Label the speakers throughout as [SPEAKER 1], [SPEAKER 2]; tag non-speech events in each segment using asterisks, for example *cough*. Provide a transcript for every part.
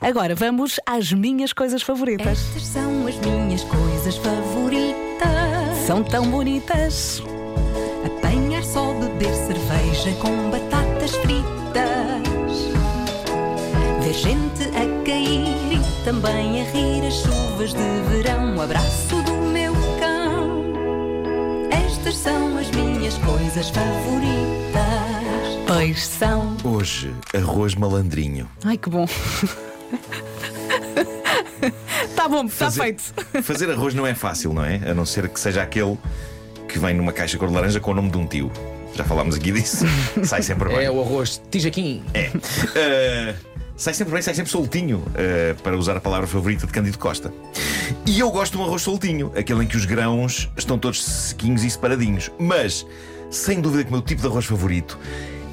[SPEAKER 1] Agora vamos às minhas coisas favoritas.
[SPEAKER 2] Estas são as minhas coisas favoritas:
[SPEAKER 1] São tão bonitas.
[SPEAKER 2] apanhar só, beber cerveja com batatas fritas, ver gente a cair e também a rir as chuvas de verão. O abraço do meu cão. Estas são as minhas coisas favoritas.
[SPEAKER 1] Pois são.
[SPEAKER 3] Hoje, arroz malandrinho.
[SPEAKER 1] Ai que bom. Tá bom, está
[SPEAKER 3] Fazer-
[SPEAKER 1] feito. *laughs*
[SPEAKER 3] Fazer arroz não é fácil, não é? A não ser que seja aquele que vem numa caixa cor de laranja com o nome de um tio. Já falámos aqui disso. Sai sempre bem.
[SPEAKER 4] É o arroz tijaquim.
[SPEAKER 3] É. *laughs* Ah, sai sempre bem, sai sempre soltinho, ah, para usar a palavra favorita de Cândido Costa. E eu gosto de um arroz soltinho, aquele em que os grãos estão todos sequinhos e separadinhos. Mas, sem dúvida que o meu tipo de arroz favorito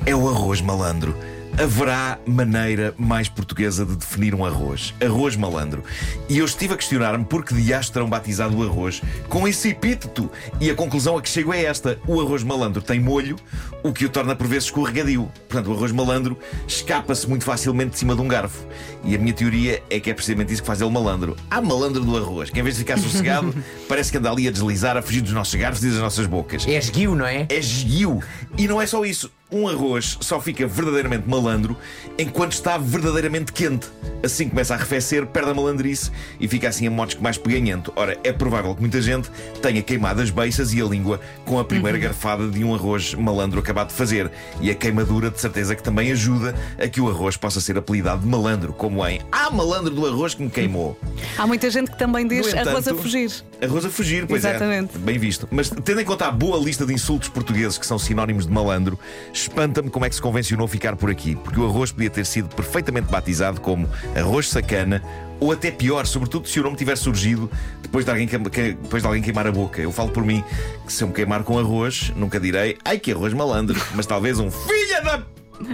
[SPEAKER 3] é o arroz malandro. Haverá maneira mais portuguesa de definir um arroz. Arroz malandro. E eu estive a questionar-me por que dias terão batizado o arroz com esse epíteto. E a conclusão a que chego é esta: o arroz malandro tem molho, o que o torna por vezes escorregadio. Portanto, o arroz malandro escapa-se muito facilmente de cima de um garfo. E a minha teoria é que é precisamente isso que faz ele malandro. Há malandro do arroz, que em vez de ficar sossegado, parece que anda ali a deslizar, a fugir dos nossos garfos e das nossas bocas
[SPEAKER 4] É esguio, não é?
[SPEAKER 3] é esguio. E não é só isso. Um arroz só fica verdadeiramente malandro enquanto está verdadeiramente quente. Assim começa a arrefecer, perde a malandrice e fica assim a modos que mais peganhento. Ora, é provável que muita gente tenha queimado as beiças e a língua com a primeira garfada de um arroz malandro acabado de fazer. E a queimadura, de certeza, que também ajuda a que o arroz possa ser apelidado de malandro, como em Ah, malandro do arroz que me queimou.
[SPEAKER 1] Há muita gente que também diz
[SPEAKER 3] No
[SPEAKER 1] arroz a
[SPEAKER 3] entanto,
[SPEAKER 1] fugir.
[SPEAKER 3] Arroz a fugir, pois
[SPEAKER 1] Exatamente.
[SPEAKER 3] é. Bem visto. Mas tendo em conta a boa lista de insultos portugueses que são sinónimos de malandro, espanta-me como é que se convencionou ficar por aqui, porque o arroz podia ter sido perfeitamente batizado como arroz sacana ou até pior, sobretudo se o nome tiver surgido depois de alguém, que- que- depois de alguém queimar a boca. Eu falo por mim que se eu me queimar com arroz, nunca direi ai que arroz malandro, *laughs* mas talvez um filha da...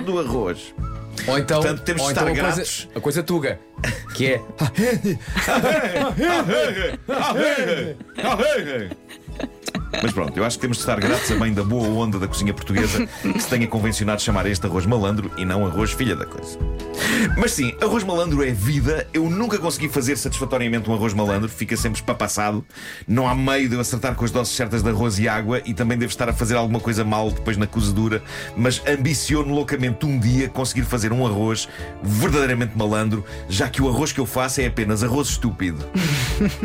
[SPEAKER 3] do arroz.
[SPEAKER 4] Ou então,
[SPEAKER 3] Portanto, temos
[SPEAKER 4] ou
[SPEAKER 3] de
[SPEAKER 4] então
[SPEAKER 3] estar
[SPEAKER 4] a,
[SPEAKER 3] gratos.
[SPEAKER 4] coisa, a coisa tuga, que é
[SPEAKER 3] *laughs* Mas pronto, eu acho que temos de estar gratos a bem da boa onda da cozinha portuguesa que se tenha convencionado chamar este arroz malandro e não arroz filha da coisa. Mas sim, arroz malandro é vida. Eu nunca consegui fazer satisfatoriamente um arroz malandro, fica sempre espapassado. Não há meio de eu acertar com as doses certas de arroz e água e também devo estar a fazer alguma coisa mal depois na cozedura. Mas ambiciono loucamente um dia conseguir fazer um arroz verdadeiramente malandro, já que o arroz que eu faço é apenas arroz estúpido.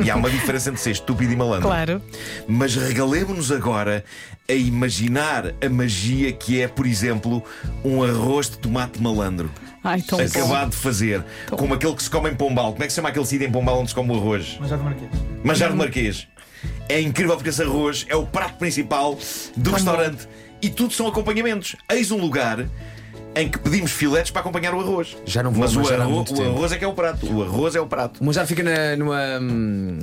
[SPEAKER 3] e há uma diferença entre ser estúpido e malandro.
[SPEAKER 1] Claro.
[SPEAKER 3] Mas regalemos-nos agora a imaginar a magia que é, por exemplo, um arroz de tomate malandro.
[SPEAKER 1] Ai, tão bom.
[SPEAKER 3] Acabado de fazer, como aquele que se come em Pombal. Como é que se chama aquele sítio em Pombal onde se come o arroz? Manjar de Marquês. Manjar de Marquês. É incrível porque esse arroz é o prato principal do restaurante e tudo são acompanhamentos. Eis um lugar em que pedimos filetes para acompanhar o arroz.
[SPEAKER 4] Já não vou
[SPEAKER 3] Mas
[SPEAKER 4] ao
[SPEAKER 3] o
[SPEAKER 4] manjar há
[SPEAKER 3] arroz,
[SPEAKER 4] muito
[SPEAKER 3] o
[SPEAKER 4] tempo.
[SPEAKER 3] arroz é que é o prato. O arroz é o prato.
[SPEAKER 4] o manjar fica na- numa. hum,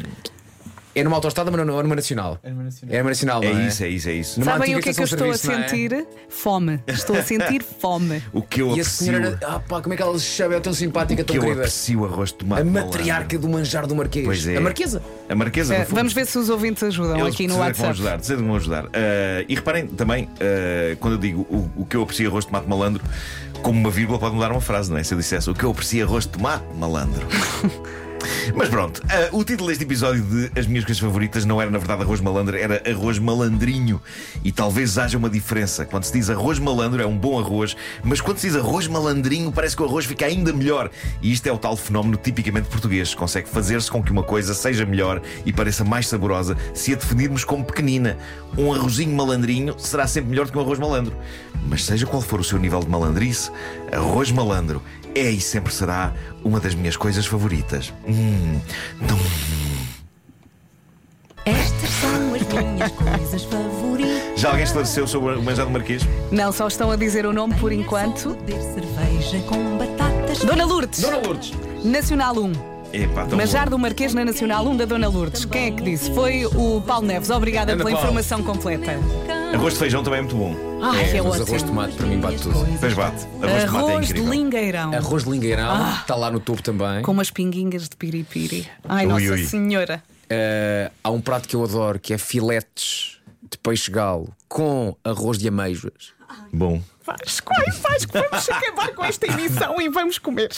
[SPEAKER 4] É numa autostrada ou numa, ou numa nacional? É numa nacional. É numa nacional,
[SPEAKER 3] É
[SPEAKER 4] não
[SPEAKER 3] isso, é isso, é isso.
[SPEAKER 4] Numa
[SPEAKER 1] Sabem
[SPEAKER 4] antiga
[SPEAKER 1] o que é que eu
[SPEAKER 4] estação de
[SPEAKER 1] estou a
[SPEAKER 4] serviço, não é?
[SPEAKER 1] sentir? Fome. Estou a sentir fome. Eh,
[SPEAKER 3] O que eu
[SPEAKER 4] E a
[SPEAKER 3] aprecio.
[SPEAKER 4] senhora era. Ah, pá, como é que ela se chama? É tão simpática, tão
[SPEAKER 3] que eu
[SPEAKER 4] querida.
[SPEAKER 3] aprecio o arroz de tomate.
[SPEAKER 4] A
[SPEAKER 3] malandro.
[SPEAKER 4] matriarca do manjar do Marquês.
[SPEAKER 3] Pois é.
[SPEAKER 4] A Marquesa. É,
[SPEAKER 3] A Marquesa.
[SPEAKER 1] Eh,
[SPEAKER 3] no fundo.
[SPEAKER 1] Vamos ver se os ouvintes ajudam
[SPEAKER 3] Eles
[SPEAKER 1] aqui no
[SPEAKER 3] precisam é que vão
[SPEAKER 1] WhatsApp.
[SPEAKER 3] ajudar, precisam que vão ajudar. Ah, e reparem também, ah, quando eu digo o, o que eu aprecio arroz de tomate malandro, como uma vírgula pode mudar uma frase, não é? Se eu dissesse o que eu aprecio arroz de tomate
[SPEAKER 1] *laughs*
[SPEAKER 3] malandro. Mas pronto, ah, o título deste episódio de As Minhas Coisas Favoritas não era na verdade arroz malandro, era arroz malandrinho. E talvez haja uma diferença. Quando se diz arroz malandro é um bom arroz, mas quando se diz arroz malandrinho parece que o arroz fica ainda melhor. E isto é o tal fenómeno tipicamente português. Consegue fazer-se com que uma coisa seja melhor e pareça mais saborosa se a definirmos como pequenina. Um arrozinho malandrinho será sempre melhor do que um arroz malandro. Mas seja qual for o seu nível de malandrice, arroz malandro é e sempre será uma das minhas coisas favoritas. Hum, tão
[SPEAKER 2] Estas são as minhas coisas favoritas.
[SPEAKER 3] Já alguém esclareceu sobre o manjado marquês?
[SPEAKER 1] Não, só estão a dizer o nome *laughs* por enquanto.
[SPEAKER 2] Beber cerveja com batatas
[SPEAKER 1] Dona Lourdes,
[SPEAKER 4] Dona Lourdes.
[SPEAKER 1] Nacional 1.
[SPEAKER 3] Epá, tão
[SPEAKER 1] Manjar
[SPEAKER 3] bom.
[SPEAKER 1] do Marquês na Nacional 1 da Dona Lourdes. Quem é que disse? Foi o Paulo Neves. Obrigada
[SPEAKER 4] Ana
[SPEAKER 1] pela
[SPEAKER 4] Paula.
[SPEAKER 1] informação completa.
[SPEAKER 3] Arroz de feijão também é muito bom.
[SPEAKER 1] Ai, que
[SPEAKER 4] é,
[SPEAKER 1] é
[SPEAKER 4] mas
[SPEAKER 1] ótimo.
[SPEAKER 4] arroz de tomate para mim bate tudo.
[SPEAKER 3] Pois bate. Arroz de tomate é
[SPEAKER 1] Arroz de
[SPEAKER 3] incrível.
[SPEAKER 1] lingueirão.
[SPEAKER 4] Arroz de lingueirão, está lá no topo também.
[SPEAKER 1] Com umas pinguinhas de piripiri. Ai,
[SPEAKER 3] Ui,
[SPEAKER 1] Nossa
[SPEAKER 3] ui.
[SPEAKER 1] Senhora.
[SPEAKER 4] Eh, há um prato que eu adoro que é filetes de peixe galo com arroz de ameijoas.
[SPEAKER 3] Bom.
[SPEAKER 1] Vasco, ai, Vasco, vamos acabar com esta emissão e vamos comer.